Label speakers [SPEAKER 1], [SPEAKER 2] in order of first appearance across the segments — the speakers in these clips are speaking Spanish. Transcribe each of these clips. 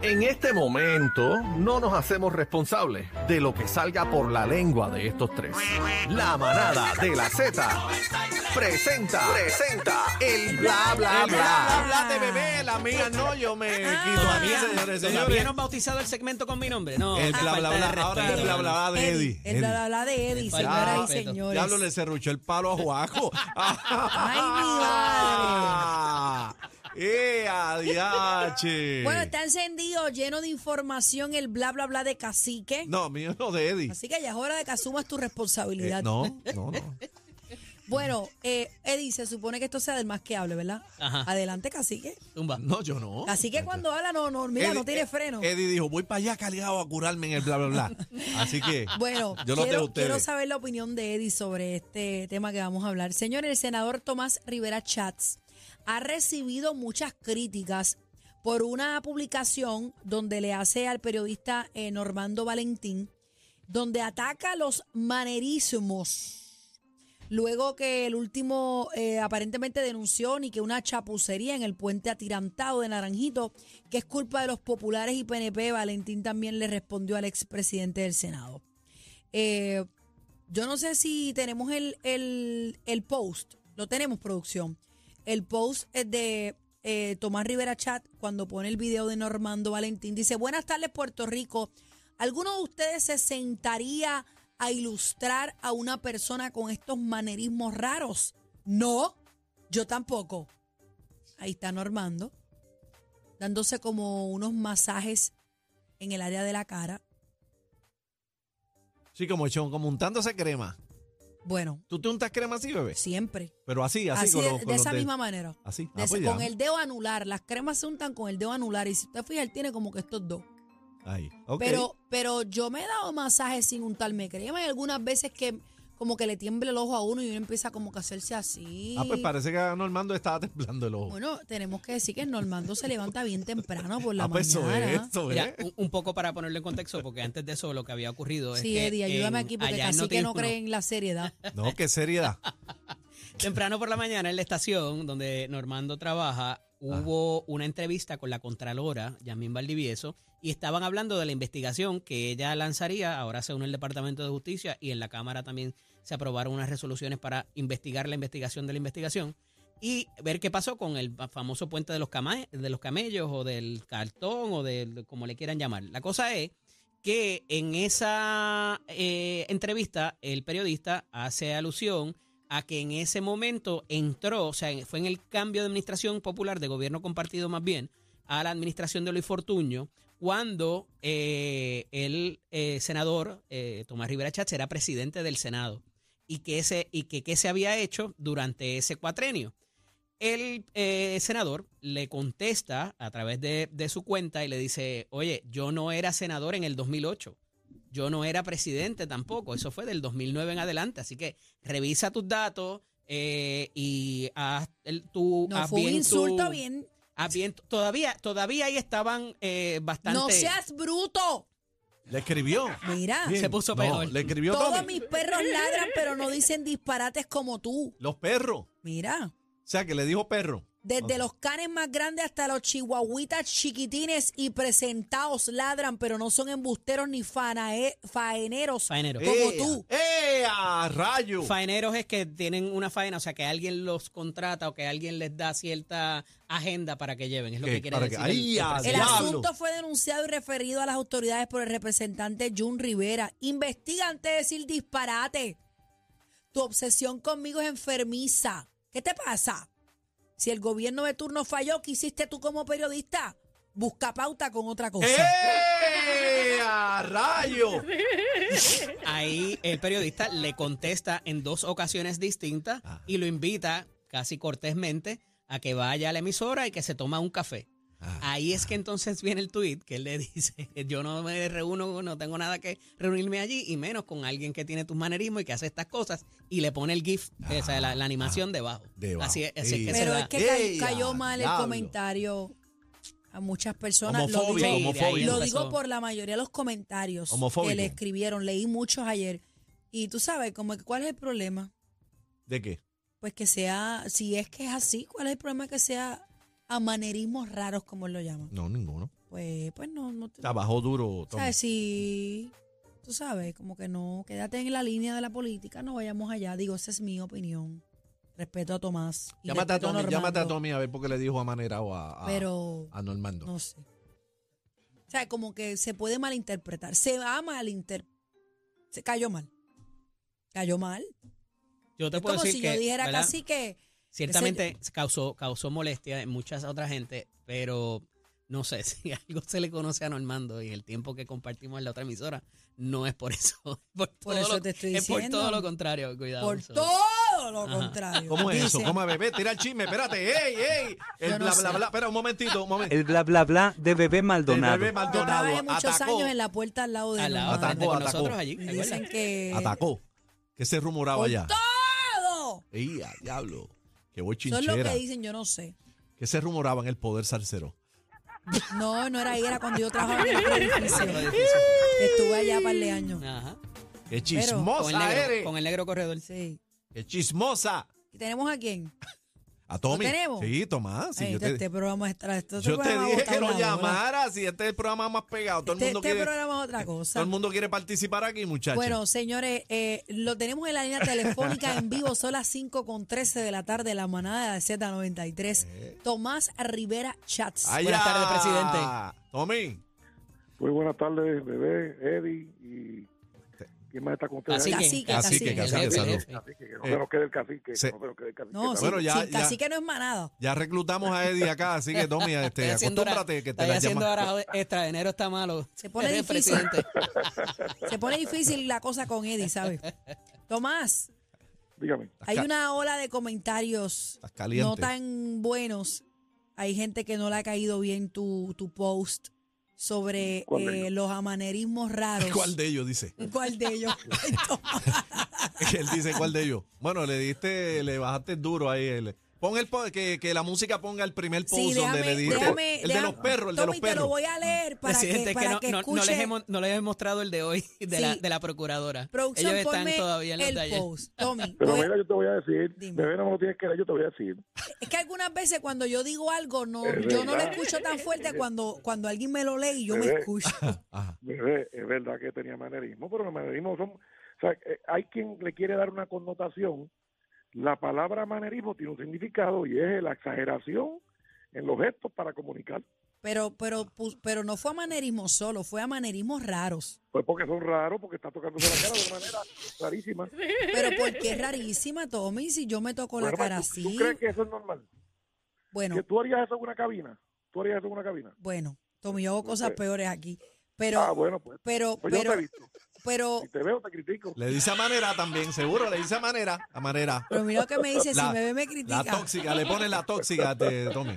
[SPEAKER 1] En este momento no nos hacemos responsables de lo que salga por la lengua de estos tres. La manada de la Z presenta, presenta el bla bla
[SPEAKER 2] bla,
[SPEAKER 1] bla.
[SPEAKER 2] bla, de bebé, la mía no, yo me quito a mí,
[SPEAKER 3] Todavía,
[SPEAKER 2] señores,
[SPEAKER 3] todavía
[SPEAKER 2] señores.
[SPEAKER 3] no han bautizado el segmento con mi nombre. No,
[SPEAKER 2] El
[SPEAKER 3] es
[SPEAKER 2] bla, bla,
[SPEAKER 3] falta de
[SPEAKER 2] bla, ahora
[SPEAKER 3] respeto.
[SPEAKER 2] el bla, bla, bla de Eddie.
[SPEAKER 4] El bla bla bla de Eddie,
[SPEAKER 3] Falta de
[SPEAKER 4] señoras y
[SPEAKER 3] respeto.
[SPEAKER 4] señores.
[SPEAKER 2] Diablo, le cerruchó el palo a Juaco.
[SPEAKER 4] Ay, mi madre.
[SPEAKER 2] Ah, ¡Eh, adiache!
[SPEAKER 4] Bueno, está encendido, lleno de información, el bla bla bla de cacique.
[SPEAKER 2] No, mío no de Eddie.
[SPEAKER 4] Así que ya es hora de que asumas tu
[SPEAKER 2] Eh,
[SPEAKER 4] responsabilidad.
[SPEAKER 2] no, no, no.
[SPEAKER 4] Bueno, eh, Eddie, se supone que esto sea del más que hable, ¿verdad?
[SPEAKER 3] Ajá.
[SPEAKER 4] Adelante, cacique.
[SPEAKER 3] Tumba.
[SPEAKER 2] No, yo no.
[SPEAKER 4] Cacique cuando habla, no, no, mira, no
[SPEAKER 2] Eddie- eh,
[SPEAKER 4] tiene freno.
[SPEAKER 2] Eddie dijo, voy para allá cargado a curarme en el bla, bla, bla. Así que
[SPEAKER 4] Bueno,
[SPEAKER 2] yo no tengo
[SPEAKER 4] quiero,
[SPEAKER 2] ustedes.
[SPEAKER 4] quiero saber la opinión de Eddie sobre este tema que vamos a hablar. Señor, el senador Tomás Rivera Chats ha recibido muchas críticas por una publicación donde le hace al periodista eh, Normando Valentín, donde ataca los manerismos. Luego que el último eh, aparentemente denunció ni que una chapucería en el puente atirantado de Naranjito, que es culpa de los populares y PNP, Valentín también le respondió al expresidente del Senado. Eh, yo no sé si tenemos el, el, el post, lo tenemos producción. El post es de eh, Tomás Rivera Chat cuando pone el video de Normando Valentín. Dice, buenas tardes Puerto Rico. ¿Alguno de ustedes se sentaría a ilustrar a una persona con estos manerismos raros? No, yo tampoco. Ahí está Normando, dándose como unos masajes en el área de la cara.
[SPEAKER 2] Sí, como hecho, como untándose crema.
[SPEAKER 4] Bueno,
[SPEAKER 2] ¿Tú te untas crema así, bebé?
[SPEAKER 4] siempre.
[SPEAKER 2] Pero así, así,
[SPEAKER 4] Así,
[SPEAKER 2] con
[SPEAKER 4] de,
[SPEAKER 2] los- con
[SPEAKER 4] de
[SPEAKER 2] los
[SPEAKER 4] esa
[SPEAKER 2] dedos.
[SPEAKER 4] misma manera.
[SPEAKER 2] Así.
[SPEAKER 4] De
[SPEAKER 2] Ah,
[SPEAKER 4] ese-
[SPEAKER 2] pues ya.
[SPEAKER 4] con el dedo anular. Las cremas se untan con el dedo anular. Y si usted fija, él tiene como que estos dos.
[SPEAKER 2] Ahí. ok.
[SPEAKER 4] Pero, pero yo me he dado masajes sin untarme crema. Y algunas veces que como que le tiembla el ojo a uno y uno empieza como que a hacerse así.
[SPEAKER 2] Ah, pues parece que a Normando estaba temblando el ojo.
[SPEAKER 4] Bueno, tenemos que decir que Normando se levanta bien temprano por la
[SPEAKER 2] ah, pues eso
[SPEAKER 4] mañana.
[SPEAKER 2] es, eso
[SPEAKER 3] Mira,
[SPEAKER 2] es.
[SPEAKER 3] un, un poco para ponerlo en contexto, porque antes de eso lo que había ocurrido es
[SPEAKER 4] Sí,
[SPEAKER 3] que
[SPEAKER 4] Eddie, ayúdame
[SPEAKER 3] en-
[SPEAKER 4] aquí porque
[SPEAKER 3] allá en
[SPEAKER 4] casi que no
[SPEAKER 3] Noti1,
[SPEAKER 4] cree en la seriedad.
[SPEAKER 2] No, qué seriedad.
[SPEAKER 3] Temprano por la mañana en la estación donde Normando trabaja, hubo una entrevista con la contralora, Yasmín Valdivieso, y estaban hablando de la investigación que ella lanzaría, ahora según el Departamento de Justicia, y en la Cámara también se aprobaron unas resoluciones para investigar la investigación de la investigación y ver qué pasó con el famoso puente de los, cama- de los camellos o del cartón o del, como le quieran llamar. La cosa es que en esa eh, entrevista el periodista hace alusión a que en ese momento entró, o sea, fue en el cambio de administración popular, de gobierno compartido más bien, a la administración de Luis Fortuño, cuando eh, el eh, senador eh, Tomás Rivera Chatz era presidente del Senado y que, ese, y que qué se había hecho durante ese cuatrenio. El eh, senador le contesta a través de, de su cuenta y le dice, oye, yo no era senador en el 2008, yo no era presidente tampoco, eso fue del 2009 en adelante, así que revisa tus datos eh, y haz el- tu...
[SPEAKER 4] No,
[SPEAKER 3] haz
[SPEAKER 4] fue un
[SPEAKER 3] bien tu-
[SPEAKER 4] insulto bien.
[SPEAKER 3] haz bien tu- todavía, todavía ahí estaban eh, bastante...
[SPEAKER 4] ¡No seas bruto!
[SPEAKER 2] Le escribió.
[SPEAKER 4] Mira,
[SPEAKER 2] Bien.
[SPEAKER 3] Se puso
[SPEAKER 2] No,
[SPEAKER 3] peor.
[SPEAKER 2] le escribió
[SPEAKER 4] todos
[SPEAKER 2] Tommy.
[SPEAKER 4] mis perros ladran, pero no dicen disparates como tú.
[SPEAKER 2] Los perros. O
[SPEAKER 4] Mira.
[SPEAKER 2] sea, que le dijo perro.
[SPEAKER 4] Desde
[SPEAKER 2] Ok.
[SPEAKER 4] los canes más grandes hasta los chihuahuitas chiquitines y presentados ladran, pero no son embusteros ni fanae- faeneros.
[SPEAKER 3] Faenero.
[SPEAKER 4] Como
[SPEAKER 2] ¡Ea!
[SPEAKER 4] tú.
[SPEAKER 2] ¡Eh, a rayo!
[SPEAKER 3] Faeneros es que tienen una faena, o sea, que alguien los contrata o que alguien les da cierta agenda para que lleven, es lo
[SPEAKER 2] Que
[SPEAKER 3] que quiere
[SPEAKER 2] para que-
[SPEAKER 3] decir.
[SPEAKER 2] ¡Ay,
[SPEAKER 3] el- el
[SPEAKER 2] a
[SPEAKER 4] El
[SPEAKER 3] presidente.
[SPEAKER 2] diablo!
[SPEAKER 4] asunto fue denunciado y referido a las autoridades por el representante Jun Rivera. Investiga antes de decir disparate. Tu obsesión conmigo es enfermiza. ¿Qué te pasa? Si el gobierno de turno falló, ¿qué hiciste tú como periodista? Busca pauta con otra cosa.
[SPEAKER 2] ¡Eh, a rayo!
[SPEAKER 3] Ahí el periodista le contesta en dos ocasiones distintas
[SPEAKER 2] Ajá.
[SPEAKER 3] y lo invita casi cortésmente a que vaya a la emisora y que se toma un café.
[SPEAKER 2] Ah,
[SPEAKER 3] Ahí es que entonces viene el tuit que él le dice, yo no me reúno, no tengo nada que reunirme allí, y menos con alguien que tiene tus manerismos y que hace estas cosas, y le pone el GIF, o sea, la, la animación debajo.
[SPEAKER 2] Debajo.
[SPEAKER 3] Así es, así es que se
[SPEAKER 4] Ah, Pero
[SPEAKER 3] da.
[SPEAKER 4] es que cay-
[SPEAKER 2] ¡Ey,
[SPEAKER 4] cayó, mal el
[SPEAKER 2] diablo!
[SPEAKER 4] comentario a muchas personas. lo
[SPEAKER 2] Homofobia,
[SPEAKER 4] digo,
[SPEAKER 3] Sí, de ahí
[SPEAKER 2] homofobia.
[SPEAKER 4] lo
[SPEAKER 3] empezó.
[SPEAKER 4] digo por la mayoría de los comentarios
[SPEAKER 2] Homofóbico.
[SPEAKER 4] que le escribieron. Leí muchos ayer. Y tú sabes, como que, ¿cuál es el problema?
[SPEAKER 2] ¿De qué?
[SPEAKER 4] Pues que sea, si es que es así, ¿cuál es el problema que sea a manerismos raros, como él lo llaman?
[SPEAKER 2] No, ninguno.
[SPEAKER 4] Pues, pues no, no te,
[SPEAKER 2] Trabajó duro, Tommy.
[SPEAKER 4] ¿sabes? Si, tú sabes, como que no, quédate en la línea de la política, no vayamos allá. Digo, esa es mi opinión. Respeto a Tomás. y
[SPEAKER 2] Llámate a
[SPEAKER 4] respeto
[SPEAKER 2] Tommy, llámate a Ah.
[SPEAKER 4] Normando,
[SPEAKER 2] Tommy a ver por qué le dijo a Manera o a, a,
[SPEAKER 4] Pero
[SPEAKER 2] a Normando.
[SPEAKER 4] No sé. O sea, como que se puede malinterpretar. Se va a malinterpretar. Se cayó mal. Cayó mal.
[SPEAKER 3] Yo te
[SPEAKER 4] Es
[SPEAKER 3] puedo
[SPEAKER 4] como
[SPEAKER 3] decir
[SPEAKER 4] si
[SPEAKER 3] que,
[SPEAKER 4] yo dijera
[SPEAKER 3] ¿verdad?
[SPEAKER 4] casi que.
[SPEAKER 3] Ciertamente causó, causó molestia en muchas otras gente, pero no sé si algo se le conoce a Normando y el tiempo que compartimos en la otra emisora no es por eso. es Por, todo
[SPEAKER 4] eso
[SPEAKER 3] lo-
[SPEAKER 4] te estoy
[SPEAKER 3] es por
[SPEAKER 4] diciendo.
[SPEAKER 3] todo lo contrario, cuidado.
[SPEAKER 4] Por
[SPEAKER 3] so.
[SPEAKER 4] todo lo
[SPEAKER 3] Ajá.
[SPEAKER 4] contrario.
[SPEAKER 2] ¿Cómo es eso?
[SPEAKER 4] Dicen,
[SPEAKER 2] ¿Cómo es, bebé? Tira el chisme, espérate. ¡Ey, ey! El
[SPEAKER 4] Yo no
[SPEAKER 2] bla,
[SPEAKER 4] sé.
[SPEAKER 2] bla, bla. Espera un momentito, un momento.
[SPEAKER 5] El bla bla bla de bebé Maldonado.
[SPEAKER 2] El bebé
[SPEAKER 4] Yo
[SPEAKER 2] Maldonado
[SPEAKER 4] trabajé muchos
[SPEAKER 2] atacó,
[SPEAKER 4] años en la puerta al lado de
[SPEAKER 3] Al lado,
[SPEAKER 4] Normando.
[SPEAKER 3] frente con
[SPEAKER 2] atacó.
[SPEAKER 3] nosotros allí. ¿te
[SPEAKER 4] Y
[SPEAKER 3] acuerdas?
[SPEAKER 4] Dicen que.
[SPEAKER 2] atacó. Que se rumoraba
[SPEAKER 4] Por
[SPEAKER 2] ya.
[SPEAKER 4] todo.
[SPEAKER 2] ¡Ey, a diablo! ¡Qué voy
[SPEAKER 4] Eso es lo
[SPEAKER 2] chinchera!
[SPEAKER 4] que
[SPEAKER 2] Que,
[SPEAKER 4] dicen, yo no sé.
[SPEAKER 2] se rumoraba en el poder salsero.
[SPEAKER 4] No, no era ahí, era cuando yo trabajaba en el otro edificio. Estuve allá par de años.
[SPEAKER 3] Ajá.
[SPEAKER 2] ¡Qué
[SPEAKER 3] Con el,
[SPEAKER 2] chismosa
[SPEAKER 3] negro,
[SPEAKER 2] eres!
[SPEAKER 3] con el negro corredor.
[SPEAKER 4] Sí.
[SPEAKER 2] ¡Qué chismosa!
[SPEAKER 4] ¿Y tenemos a quién?
[SPEAKER 2] ¿A Tommy?
[SPEAKER 4] ¿Lo tenemos?
[SPEAKER 2] Sí, Tomás. Ah, sí,
[SPEAKER 4] Ay,
[SPEAKER 2] yo
[SPEAKER 4] este,
[SPEAKER 2] te,
[SPEAKER 4] este programa es tra- este
[SPEAKER 2] yo te
[SPEAKER 4] programa
[SPEAKER 2] dije
[SPEAKER 4] bota
[SPEAKER 2] que lo
[SPEAKER 4] una hora.
[SPEAKER 2] llamaras y este es el programa más pegado. Todo el
[SPEAKER 4] Este,
[SPEAKER 2] mundo
[SPEAKER 4] este
[SPEAKER 2] quiere...
[SPEAKER 4] programa es otra
[SPEAKER 2] Todo
[SPEAKER 4] cosa.
[SPEAKER 2] el mundo quiere participar aquí, muchachos.
[SPEAKER 4] Bueno, señores, eh, lo tenemos en la línea telefónica en vivo, son las 5 con 13 de la tarde, la manada de Z93.
[SPEAKER 2] Eh.
[SPEAKER 4] Tomás Rivera Chats.
[SPEAKER 3] Buenas tardes, presidente.
[SPEAKER 2] Tommy.
[SPEAKER 6] Muy buenas tardes, bebé, Eddie y quién más está con ustedes.
[SPEAKER 3] Así
[SPEAKER 6] ahí?
[SPEAKER 3] que,
[SPEAKER 4] Cacique,
[SPEAKER 2] cacique,
[SPEAKER 3] el
[SPEAKER 2] cacique,
[SPEAKER 3] jefe, el
[SPEAKER 2] salud.
[SPEAKER 3] jefe.
[SPEAKER 6] Cacique, que no se nos quede el cacique.
[SPEAKER 2] se-
[SPEAKER 6] No se nos quede el cacique.
[SPEAKER 4] No,
[SPEAKER 6] también.
[SPEAKER 4] sí,
[SPEAKER 2] Bueno, ya-
[SPEAKER 4] sí,
[SPEAKER 2] ya.
[SPEAKER 4] casi que no es manada.
[SPEAKER 2] Ya reclutamos a Eddie acá, así que Tommy, este,
[SPEAKER 3] Estoy haciendo
[SPEAKER 2] acostúmbrate
[SPEAKER 3] hora-
[SPEAKER 2] que te
[SPEAKER 3] estoy
[SPEAKER 2] la
[SPEAKER 3] haciendo
[SPEAKER 2] llamas.
[SPEAKER 3] ahora extra de enero está malo.
[SPEAKER 4] Se pone
[SPEAKER 3] Eres el
[SPEAKER 4] difícil.
[SPEAKER 3] presidente.
[SPEAKER 4] Se pone difícil la cosa con Eddie, ¿sabes? Tomás,
[SPEAKER 6] Dígame.
[SPEAKER 4] hay una ola de comentarios
[SPEAKER 2] Estás caliente.
[SPEAKER 4] no tan buenos. Hay gente que no le ha caído bien tu, tu post sobre
[SPEAKER 6] ¿Cuál de
[SPEAKER 4] eh,
[SPEAKER 6] ellos?
[SPEAKER 4] los amanerismos raros.
[SPEAKER 2] ¿Cuál de ellos dice?
[SPEAKER 4] ¿Cuál de ellos?
[SPEAKER 2] Él dice cuál de ellos. Bueno, le diste, le bajaste duro ahí. El, pon el po- que, que la música ponga el primer post
[SPEAKER 4] Sí, déjame,
[SPEAKER 2] donde le diste.
[SPEAKER 4] déjame,
[SPEAKER 2] el de
[SPEAKER 4] déjame-
[SPEAKER 2] los perros, el de los
[SPEAKER 4] Tommy, te lo
[SPEAKER 2] perros.
[SPEAKER 4] voy a leer para
[SPEAKER 3] Presidente,
[SPEAKER 4] que, para
[SPEAKER 3] no-
[SPEAKER 4] que
[SPEAKER 3] no, no
[SPEAKER 4] escuche.
[SPEAKER 3] les hemos, no les hemos mostrado el de hoy de, la,
[SPEAKER 4] Sí.
[SPEAKER 3] de la procuradora.
[SPEAKER 4] producción,
[SPEAKER 3] Ellos están
[SPEAKER 4] ponme
[SPEAKER 3] todavía en los
[SPEAKER 4] el
[SPEAKER 3] de ayer.
[SPEAKER 4] post. Tommy, Pues,
[SPEAKER 6] Pero
[SPEAKER 4] voy-
[SPEAKER 6] mira, yo te voy a decir,
[SPEAKER 4] Dime.
[SPEAKER 6] bebé no me lo tienes que dar, yo te voy a decir.
[SPEAKER 4] es que algunas veces cuando yo digo algo, no,
[SPEAKER 6] Es
[SPEAKER 4] yo no lo
[SPEAKER 6] verdad.
[SPEAKER 4] escucho tan fuerte cuando, cuando alguien me lo lee y yo me
[SPEAKER 6] Es verdad.
[SPEAKER 4] escucho.
[SPEAKER 2] Ajá.
[SPEAKER 6] Bebé, es verdad que tenía manerismo, pero los manerismos son... O sea, eh, hay quien le quiere dar una connotación. La palabra manerismo tiene un significado y es la exageración en los gestos para comunicar.
[SPEAKER 4] Pero, pero, pu- pero no fue a manerismos solo, fue a manerismos raros.
[SPEAKER 6] Pues porque son raros, porque está tocándose la cara de una manera rarísima.
[SPEAKER 4] Pero porque es rarísima, Tommy, si yo me toco
[SPEAKER 6] Bueno,
[SPEAKER 4] la cara
[SPEAKER 6] ¿tú-
[SPEAKER 4] así.
[SPEAKER 6] ¿Tú crees que eso es normal?
[SPEAKER 4] Bueno,
[SPEAKER 6] ¿Que ¿Tú harías eso en una cabina? ¿Tú harías eso en una cabina?
[SPEAKER 4] bueno, Tommy, yo hago cosas
[SPEAKER 6] sé.
[SPEAKER 4] peores aquí. Pero,
[SPEAKER 6] ah, bueno, pues.
[SPEAKER 4] pero,
[SPEAKER 6] Pues yo no
[SPEAKER 4] pero,
[SPEAKER 6] te he visto.
[SPEAKER 4] pero,
[SPEAKER 6] Si te veo, te critico.
[SPEAKER 2] Le dice a Manera también, seguro, le dice a Manera. A Manera.
[SPEAKER 4] pero mira lo que me dice,
[SPEAKER 2] La-
[SPEAKER 4] si me ve me
[SPEAKER 2] La
[SPEAKER 4] critica.
[SPEAKER 2] tóxica, le pone la tóxica, te, Tommy.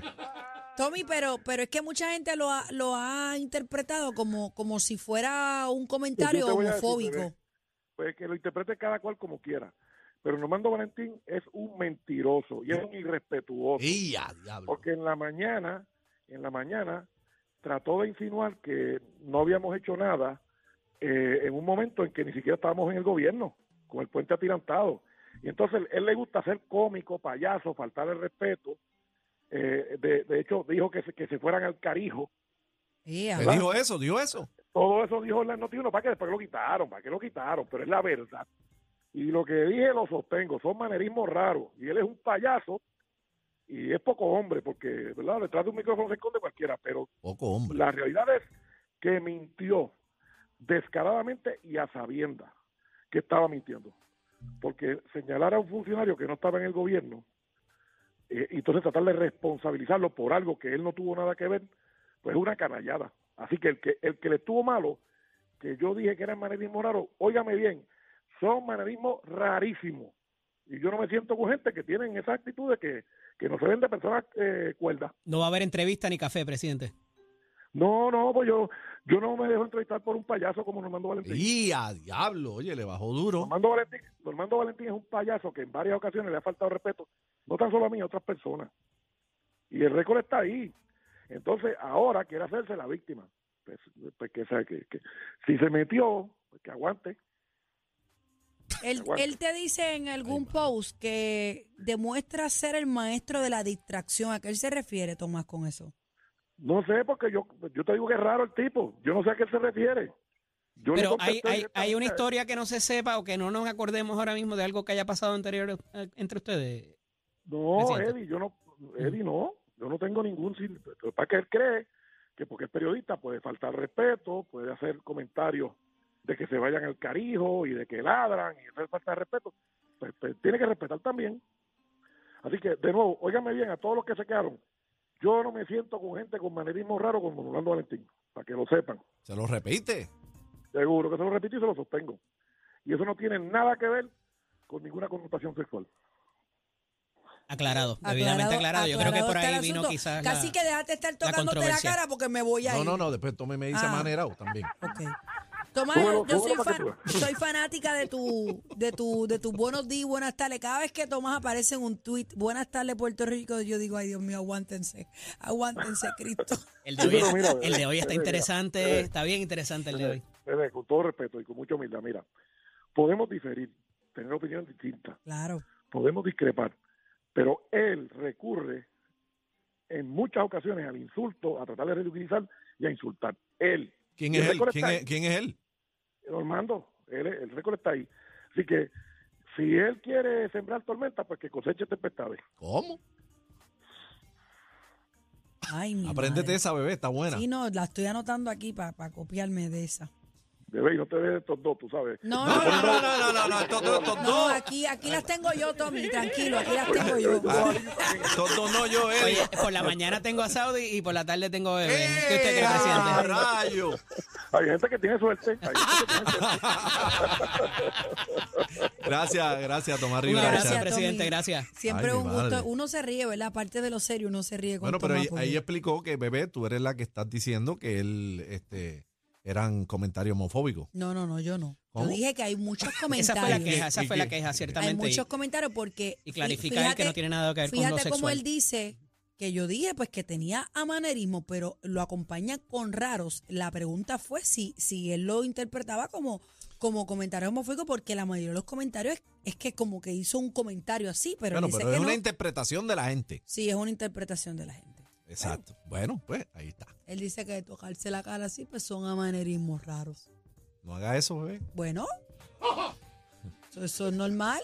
[SPEAKER 4] Tommy, pero, pero es que mucha gente lo ha, lo ha interpretado como, como si fuera un comentario
[SPEAKER 6] Pues Yo te voy a decir,
[SPEAKER 4] homofóbico.
[SPEAKER 6] bebé. Pues que lo interprete cada cual como quiera. Pero Normando Valentín es un mentiroso y es un irrespetuoso.
[SPEAKER 2] ¡Ey, a diablo!
[SPEAKER 6] Porque en la mañana, en la mañana, trató de insinuar que no habíamos hecho nada eh, en un momento en que ni siquiera estábamos en el gobierno, con el puente atirantado. Y entonces él le gusta ser cómico, payaso, faltar el respeto. Eh, de, de hecho, dijo que se, que se fueran al carijo.
[SPEAKER 4] Ea.
[SPEAKER 2] Le dijo eso, dijo eso.
[SPEAKER 6] Todo eso dijo la noticia, para que después lo quitaron, para que lo quitaron, pero es la verdad. Y lo que dije lo sostengo, son manerismos raros. Y él es un payaso y es poco hombre, porque ¿verdad? detrás de un micrófono se esconde cualquiera, pero
[SPEAKER 2] Poco hombre.
[SPEAKER 6] la realidad es que mintió descaradamente y a sabienda que estaba mintiendo. Porque señalar a un funcionario que no estaba en el gobierno eh, y entonces tratar de responsabilizarlo por algo que él no tuvo nada que ver, pues es una canallada. Así que el que, el que le estuvo malo, que yo dije que era manerismo raro, óigame bien, son manerismos rarísimos. Y yo no me siento con gente que tienen esa actitud de que, que no se vende personas eh, cuerdas.
[SPEAKER 3] No va a haber entrevista ni café, presidente.
[SPEAKER 6] No, no, pues yo, yo no me dejo entrevistar por un payaso como Normando Valentín.
[SPEAKER 2] Y a diablo, oye, le bajó duro.
[SPEAKER 6] Normando Valentín, Normando Valentín es un payaso que en varias ocasiones le ha faltado respeto, no tan solo a mí, a otras personas. Y el récord está ahí. Entonces, ahora quiere hacerse la víctima. Pues, pues que, sea- que- que- si se metió, pues que aguante.
[SPEAKER 4] Él,
[SPEAKER 6] Aguanta.
[SPEAKER 4] él te dice en algún post que demuestra ser el maestro de la distracción. ¿A qué él se refiere, Tomás, con eso?
[SPEAKER 6] No sé, porque yo, yo te digo que es raro el tipo. Yo no sé a qué se refiere. Yo le
[SPEAKER 3] Pero hay,
[SPEAKER 6] contesté
[SPEAKER 3] hay, hay una
[SPEAKER 6] directamente a él.
[SPEAKER 3] historia que no se sepa o que no nos acordemos ahora mismo de algo que haya pasado anterior eh, entre ustedes.
[SPEAKER 6] No,
[SPEAKER 3] Presidente.
[SPEAKER 6] Eddie, yo no, Eddie no, yo no tengo ningún sin- pero para que él cree que porque es periodista puede faltar respeto, puede hacer comentarios de que se vayan al carijo y de que ladran y hacer falta de respeto, pues, pues, tiene que respetar también. Así que, de nuevo, óigame bien a todos los que se quedaron, yo no me siento con gente con manerismo raro como Orlando Valentín, para que lo sepan.
[SPEAKER 2] Se lo repite.
[SPEAKER 6] Seguro que se lo repito y se lo sostengo. Y eso no tiene nada que ver con ninguna connotación sexual.
[SPEAKER 3] Aclarado, debidamente aclarado. Yo creo que por
[SPEAKER 4] aclarado está
[SPEAKER 3] ahí
[SPEAKER 4] el
[SPEAKER 3] vino
[SPEAKER 4] asunto.
[SPEAKER 3] quizás. la-
[SPEAKER 4] Casi que déjate estar tocándote la
[SPEAKER 3] controversia.
[SPEAKER 4] cara porque me voy a
[SPEAKER 2] No,
[SPEAKER 4] ir.
[SPEAKER 2] no, no, después tome me dice
[SPEAKER 4] Ah.
[SPEAKER 2] manerado también.
[SPEAKER 4] Ok. Tomás,
[SPEAKER 6] Súbelo,
[SPEAKER 4] yo soy,
[SPEAKER 6] súbelo para que
[SPEAKER 4] fan- soy fanática de tu, de tu, de tus buenos días, buenas tardes. Cada vez que Tomás aparece en un tweet, buenas tardes Puerto Rico, yo digo, ay Dios mío, aguántense, aguántense, Cristo.
[SPEAKER 3] El de hoy,
[SPEAKER 6] Sí, pero mira,
[SPEAKER 3] el de hoy está
[SPEAKER 6] bebé, bebé.
[SPEAKER 3] interesante, está bien interesante el de hoy.
[SPEAKER 6] Bebé, con todo respeto y con mucha humildad, mira, podemos diferir, tener opiniones distintas,
[SPEAKER 4] Claro.
[SPEAKER 6] podemos discrepar, pero él recurre en muchas ocasiones al insulto, a tratar de ridiculizar y a insultar. Él,
[SPEAKER 2] ¿Quién
[SPEAKER 6] Y
[SPEAKER 2] es
[SPEAKER 6] el
[SPEAKER 2] él?
[SPEAKER 6] récord
[SPEAKER 2] ¿Quién
[SPEAKER 6] está
[SPEAKER 2] es,
[SPEAKER 6] ahí.
[SPEAKER 2] ¿Quién es él?
[SPEAKER 6] Normando, él, es- el récord está ahí. Así que si él quiere sembrar tormenta, pues que coseche tempestades.
[SPEAKER 2] ¿Cómo?
[SPEAKER 4] Ay, mi
[SPEAKER 2] Apréndete
[SPEAKER 4] madre.
[SPEAKER 2] esa bebé, está buena.
[SPEAKER 4] Sí, no, la estoy anotando aquí para copiarme de esa.
[SPEAKER 6] Bebé, y no te ves estos dos, tú sabes.
[SPEAKER 4] No,
[SPEAKER 2] No,
[SPEAKER 4] no,
[SPEAKER 2] no,
[SPEAKER 4] no,
[SPEAKER 2] no, no, no, no, no, estos dos, estos
[SPEAKER 4] No,
[SPEAKER 2] dos.
[SPEAKER 4] aquí, aquí las tengo yo, Tommy, tranquilo, aquí las tengo yo.
[SPEAKER 2] Estos dos no, yo, eh. él.
[SPEAKER 3] Oye, por la mañana tengo a Saudi y por la tarde tengo a Bebé. ¿Qué usted
[SPEAKER 2] ¡Eh,
[SPEAKER 3] cree,
[SPEAKER 2] a
[SPEAKER 3] presidente?
[SPEAKER 2] rayo!
[SPEAKER 6] Hay gente que tiene suerte. Hay gente que tiene suerte.
[SPEAKER 2] Gracias, gracias, Tomás
[SPEAKER 3] Un
[SPEAKER 2] Rivera.
[SPEAKER 3] abrazo,
[SPEAKER 4] Gracias,
[SPEAKER 3] presidente,
[SPEAKER 4] Tommy.
[SPEAKER 3] gracias.
[SPEAKER 4] Siempre
[SPEAKER 2] Ay, mi
[SPEAKER 4] un
[SPEAKER 2] madre.
[SPEAKER 4] gusto. Uno se ríe, ¿verdad? Aparte de lo serio, uno se ríe con
[SPEAKER 2] Bueno, pero
[SPEAKER 4] Tomás
[SPEAKER 2] ahí,
[SPEAKER 4] porque-
[SPEAKER 2] ahí explicó que, bebé, tú eres la que estás diciendo que él, este, eran comentarios homofóbicos.
[SPEAKER 4] No, no, no, yo no.
[SPEAKER 2] ¿Cómo?
[SPEAKER 4] Yo dije que hay muchos
[SPEAKER 3] Esa fue la
[SPEAKER 4] comentarios.
[SPEAKER 3] queja, esa
[SPEAKER 2] Y
[SPEAKER 3] fue la
[SPEAKER 2] que-
[SPEAKER 3] queja,
[SPEAKER 4] hay
[SPEAKER 3] ciertamente. y-
[SPEAKER 4] muchos comentarios porque.
[SPEAKER 3] Y
[SPEAKER 4] fí-
[SPEAKER 3] clarificar que no tiene nada que ver con lo
[SPEAKER 4] Fíjate cómo
[SPEAKER 3] sexual.
[SPEAKER 4] él dice que yo dije pues que tenía amanerismo, pero lo acompañan con raros. La pregunta fue si, si él lo interpretaba como, como comentario homofóbico, porque la mayoría de los comentarios es, es que como que hizo un comentario así, pero él
[SPEAKER 2] bueno,
[SPEAKER 4] dice
[SPEAKER 2] pero
[SPEAKER 4] que
[SPEAKER 2] es
[SPEAKER 4] no.
[SPEAKER 2] una interpretación de la gente.
[SPEAKER 4] Sí, es una interpretación de la gente.
[SPEAKER 2] Exacto. Bueno, pues ahí está.
[SPEAKER 4] Él dice que de tocarse la cara así, pues son amanerismos raros.
[SPEAKER 2] No haga eso, bebé.
[SPEAKER 4] Bueno, eso, eso es normal.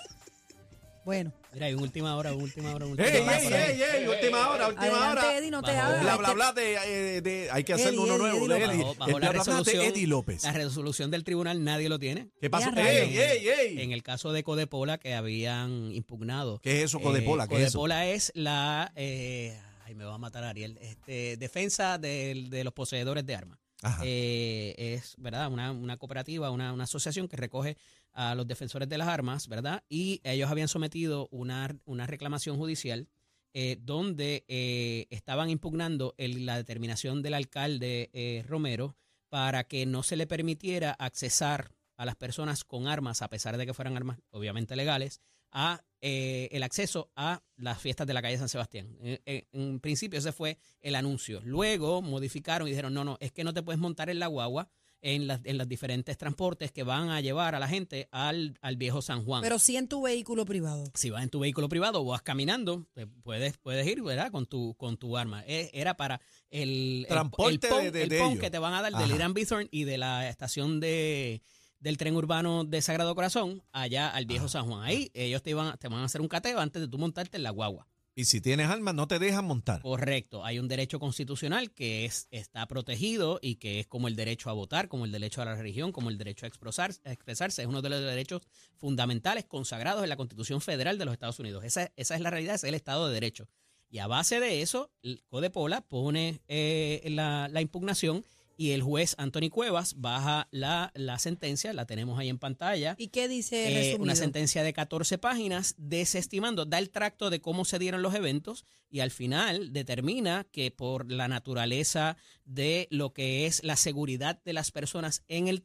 [SPEAKER 4] Bueno,
[SPEAKER 3] Mira, hay un última hora, un última hora, un última
[SPEAKER 2] ¡Ey,
[SPEAKER 3] hora.
[SPEAKER 2] ey,
[SPEAKER 3] por ahí.
[SPEAKER 2] ey, ey! Última hora, última
[SPEAKER 4] adelante,
[SPEAKER 2] hora.
[SPEAKER 4] Eddie, no te
[SPEAKER 3] Bajo.
[SPEAKER 4] hables.
[SPEAKER 2] Bla, bla, bla, de, eh, de- hay que hacer
[SPEAKER 4] Eddie,
[SPEAKER 2] uno
[SPEAKER 4] Eddie,
[SPEAKER 2] nuevo.
[SPEAKER 4] Eddie
[SPEAKER 2] de
[SPEAKER 4] López.
[SPEAKER 2] Eddie.
[SPEAKER 3] Bajo,
[SPEAKER 2] El
[SPEAKER 3] bajo
[SPEAKER 2] bla,
[SPEAKER 3] la
[SPEAKER 2] bla, bla de
[SPEAKER 3] resolución,
[SPEAKER 2] Eddie López.
[SPEAKER 3] La resolución del tribunal nadie lo tiene.
[SPEAKER 2] ¿Qué pasó?
[SPEAKER 4] Ya,
[SPEAKER 2] ¡Ey,
[SPEAKER 4] rayos.
[SPEAKER 2] ey, ey!
[SPEAKER 3] En el caso de Codepola que habían impugnado.
[SPEAKER 2] ¿Qué es eso, Codepola?
[SPEAKER 3] Eh,
[SPEAKER 2] ¿Qué es eso?
[SPEAKER 3] Codepola es la eh, ay, me va a matar Ariel, este, defensa del- de los poseedores de armas.
[SPEAKER 2] Ajá.
[SPEAKER 3] Eh, es verdad una, una cooperativa, una, una asociación que recoge a los defensores de las armas, ¿verdad? Y ellos habían sometido una, una reclamación judicial eh, donde eh, estaban impugnando el- la determinación del alcalde eh, Romero para que no se le permitiera accesar a las personas con armas, a pesar de que fueran armas obviamente legales, a eh, el acceso a las fiestas de la calle San Sebastián. Eh, eh, en principio ese fue el anuncio. Luego modificaron y dijeron, no, no, es que no te puedes montar en la guagua en las, en los diferentes transportes que van a llevar a la gente al, al viejo San Juan.
[SPEAKER 4] pero sí en tu vehículo privado.
[SPEAKER 3] si vas en tu vehículo privado o vas caminando, pues, puedes, puedes ir, ¿verdad? Con tu, con tu arma. Eh, Era para el el-
[SPEAKER 2] Transporte
[SPEAKER 3] el pon,
[SPEAKER 2] de- de-
[SPEAKER 3] el
[SPEAKER 2] de
[SPEAKER 3] pon
[SPEAKER 2] ellos.
[SPEAKER 3] que te van a dar del
[SPEAKER 2] Ajá.
[SPEAKER 3] Irán Bithorn y de la estación de del tren urbano de Sagrado Corazón allá al viejo San Juan. Ahí ellos te, iban, te van a hacer un cateo antes de tú montarte en la guagua.
[SPEAKER 2] Y si tienes armas, no te dejan montar.
[SPEAKER 3] Pues, Correcto, hay un derecho constitucional que es, está protegido y que es como el derecho a votar, como el derecho a la religión, como el derecho a expresarse, a expresarse. es uno de los derechos fundamentales consagrados en la Constitución Federal de los Estados Unidos. Esa, esa es la realidad, ese es el Estado de Derecho. Y a base de eso, el Codepola pone eh, la, la impugnación y el juez Anthony Cuevas baja la, la sentencia, la tenemos ahí en pantalla.
[SPEAKER 4] ¿Y qué dice
[SPEAKER 3] Eh,
[SPEAKER 4] resumido?
[SPEAKER 3] una sentencia de 14 páginas desestimando, da el tracto de cómo se dieron los eventos y al final determina que por la naturaleza de lo que es la seguridad de las personas en el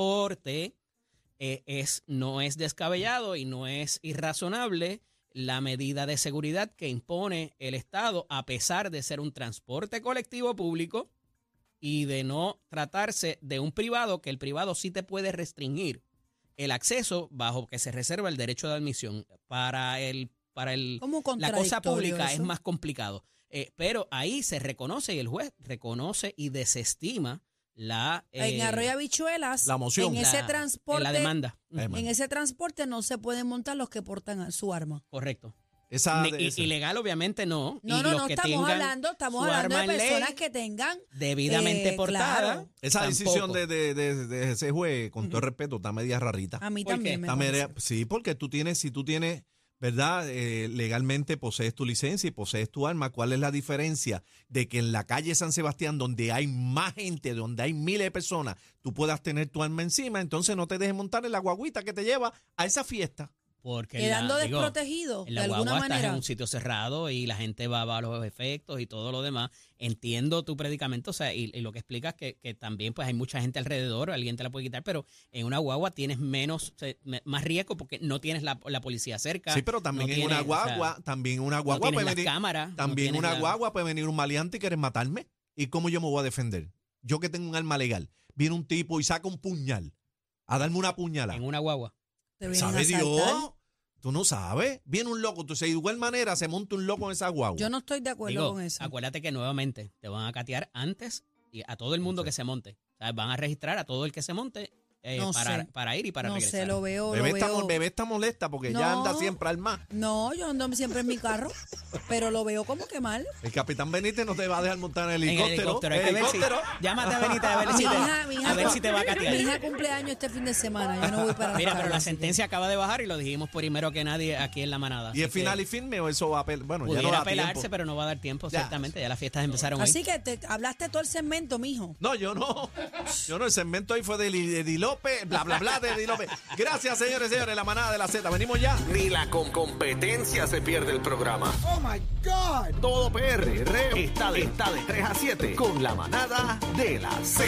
[SPEAKER 3] transporte eh, es, no es descabellado y no es irrazonable la medida de seguridad que impone el Estado a pesar de ser un transporte colectivo público y de no tratarse de un privado que el privado sí te puede restringir el acceso bajo que se reserva el derecho de admisión para el para el
[SPEAKER 4] ¿Cómo
[SPEAKER 3] la cosa
[SPEAKER 4] contradictorio
[SPEAKER 3] pública es
[SPEAKER 4] eso?
[SPEAKER 3] más complicado Eh, pero ahí se reconoce y el juez reconoce y desestima la
[SPEAKER 4] en
[SPEAKER 3] eh,
[SPEAKER 4] Arroyo Habichuelas,
[SPEAKER 2] la moción.
[SPEAKER 4] en ese
[SPEAKER 3] la-
[SPEAKER 4] transporte,
[SPEAKER 3] la demanda
[SPEAKER 2] Eh, man,
[SPEAKER 4] en ese transporte no se pueden montar los que portan su arma.
[SPEAKER 3] correcto
[SPEAKER 2] esa,
[SPEAKER 3] Ni- i-
[SPEAKER 2] esa-
[SPEAKER 3] ilegal obviamente no
[SPEAKER 4] No,
[SPEAKER 3] y
[SPEAKER 4] no,
[SPEAKER 3] los
[SPEAKER 4] no
[SPEAKER 3] que
[SPEAKER 4] estamos
[SPEAKER 3] tengan
[SPEAKER 4] hablando, estamos
[SPEAKER 3] su
[SPEAKER 4] hablando de
[SPEAKER 3] arma en ley
[SPEAKER 4] personas que tengan
[SPEAKER 3] debidamente
[SPEAKER 4] Eh,
[SPEAKER 3] portada
[SPEAKER 4] claro.
[SPEAKER 2] esa decisión
[SPEAKER 3] tampoco.
[SPEAKER 2] de, de- de- de ese juez, con todo el respeto, está media rarita.
[SPEAKER 4] a mí
[SPEAKER 3] Ah, ¿Por
[SPEAKER 4] también
[SPEAKER 3] qué?
[SPEAKER 4] me
[SPEAKER 2] Está media-
[SPEAKER 4] parece.
[SPEAKER 2] sí, porque tú tienes, si tú tienes, ¿verdad? Eh, legalmente posees tu licencia y posees tu arma. ¿Cuál es la diferencia de que en la calle San Sebastián, donde hay más gente, donde hay miles de personas, tú puedas tener tu arma encima? Entonces no te dejes montar en la guaguita que te lleva a esa fiesta.
[SPEAKER 3] porque
[SPEAKER 4] quedando
[SPEAKER 3] la- digo,
[SPEAKER 4] desprotegido
[SPEAKER 3] en
[SPEAKER 4] de
[SPEAKER 3] la
[SPEAKER 4] alguna
[SPEAKER 3] guagua estás en
[SPEAKER 4] manera.
[SPEAKER 3] un sitio cerrado y la gente va, va a los efectos y todo lo demás. Entiendo tu predicamento, o sea, y, y lo que explicas que, que también pues hay mucha gente alrededor, alguien te la puede quitar, pero en una guagua tienes menos, o sea, me- más riesgo porque no tienes la, la policía cerca.
[SPEAKER 2] sí, pero también
[SPEAKER 3] no
[SPEAKER 2] en
[SPEAKER 3] tienes,
[SPEAKER 2] una
[SPEAKER 3] o sea,
[SPEAKER 2] guagua, también en una
[SPEAKER 3] no
[SPEAKER 2] guagua
[SPEAKER 3] tienes
[SPEAKER 2] puede
[SPEAKER 3] las
[SPEAKER 2] venir-
[SPEAKER 3] cámaras, no
[SPEAKER 2] También
[SPEAKER 3] tienes
[SPEAKER 2] una
[SPEAKER 3] la-
[SPEAKER 2] guagua puede venir un maleante y querer matarme. ¿Y cómo yo me voy a defender? Yo que tengo un arma legal. Viene un tipo y saca un puñal a darme una puñalada.
[SPEAKER 3] En una guagua.
[SPEAKER 4] Te vienen a
[SPEAKER 2] ¿Sabe
[SPEAKER 4] asaltar.
[SPEAKER 2] Dios? Tú no sabes. Viene un loco. Entonces, de igual manera se monta un loco en esa guagua.
[SPEAKER 4] Yo no estoy de acuerdo
[SPEAKER 3] Digo,
[SPEAKER 4] con eso.
[SPEAKER 3] acuérdate que nuevamente te van a catear antes y a todo el mundo que se monte. O sea, van a registrar a todo el que se monte eh,
[SPEAKER 4] No
[SPEAKER 3] para,
[SPEAKER 4] sé.
[SPEAKER 3] para ir y para
[SPEAKER 4] no
[SPEAKER 3] regresar.
[SPEAKER 4] sé, lo veo,
[SPEAKER 2] bebé,
[SPEAKER 4] lo
[SPEAKER 2] está,
[SPEAKER 4] veo.
[SPEAKER 2] mo- bebé está molesta porque ya
[SPEAKER 4] No.
[SPEAKER 2] anda siempre al mar.
[SPEAKER 4] No, yo ando siempre en mi carro, pero lo veo como que mal.
[SPEAKER 2] El capitán Benítez no te va a dejar montar en el
[SPEAKER 3] En el
[SPEAKER 2] helicóptero.
[SPEAKER 3] helicóptero. Hay que ver si,
[SPEAKER 2] Helicóptero.
[SPEAKER 3] llámate a Benita a ver si
[SPEAKER 4] Mi
[SPEAKER 3] te,
[SPEAKER 4] hija, mi hija
[SPEAKER 3] a ver si te va a
[SPEAKER 4] Mi
[SPEAKER 3] catear.
[SPEAKER 4] hija cumpleaños este fin de semana, yo no voy para
[SPEAKER 3] Mira,
[SPEAKER 4] la
[SPEAKER 3] pero la
[SPEAKER 4] casa.
[SPEAKER 3] sentencia acaba de bajar y lo dijimos primero que nadie aquí en la manada.
[SPEAKER 2] Y es
[SPEAKER 3] Así que
[SPEAKER 2] final y firme o eso va a pel- Bueno, ya
[SPEAKER 3] Pudiera
[SPEAKER 2] no da
[SPEAKER 3] apelarse,
[SPEAKER 2] tiempo.
[SPEAKER 3] pero no va a dar tiempo,
[SPEAKER 2] Ya.
[SPEAKER 3] exactamente. Ya las fiestas empezaron
[SPEAKER 4] Así
[SPEAKER 3] hoy.
[SPEAKER 4] que te hablaste todo el segmento, mijo.
[SPEAKER 2] No, yo no. Yo no, el segmento ahí fue de Li- de Di López, bla, bla, bla, de Di López. Gracias, señores, señores, la manada de la Z. Venimos ya.
[SPEAKER 1] Ni la con competencia se pierde el programa. Oh my God. Todo PR está de, está de 3 a 7 con la manada de la Z.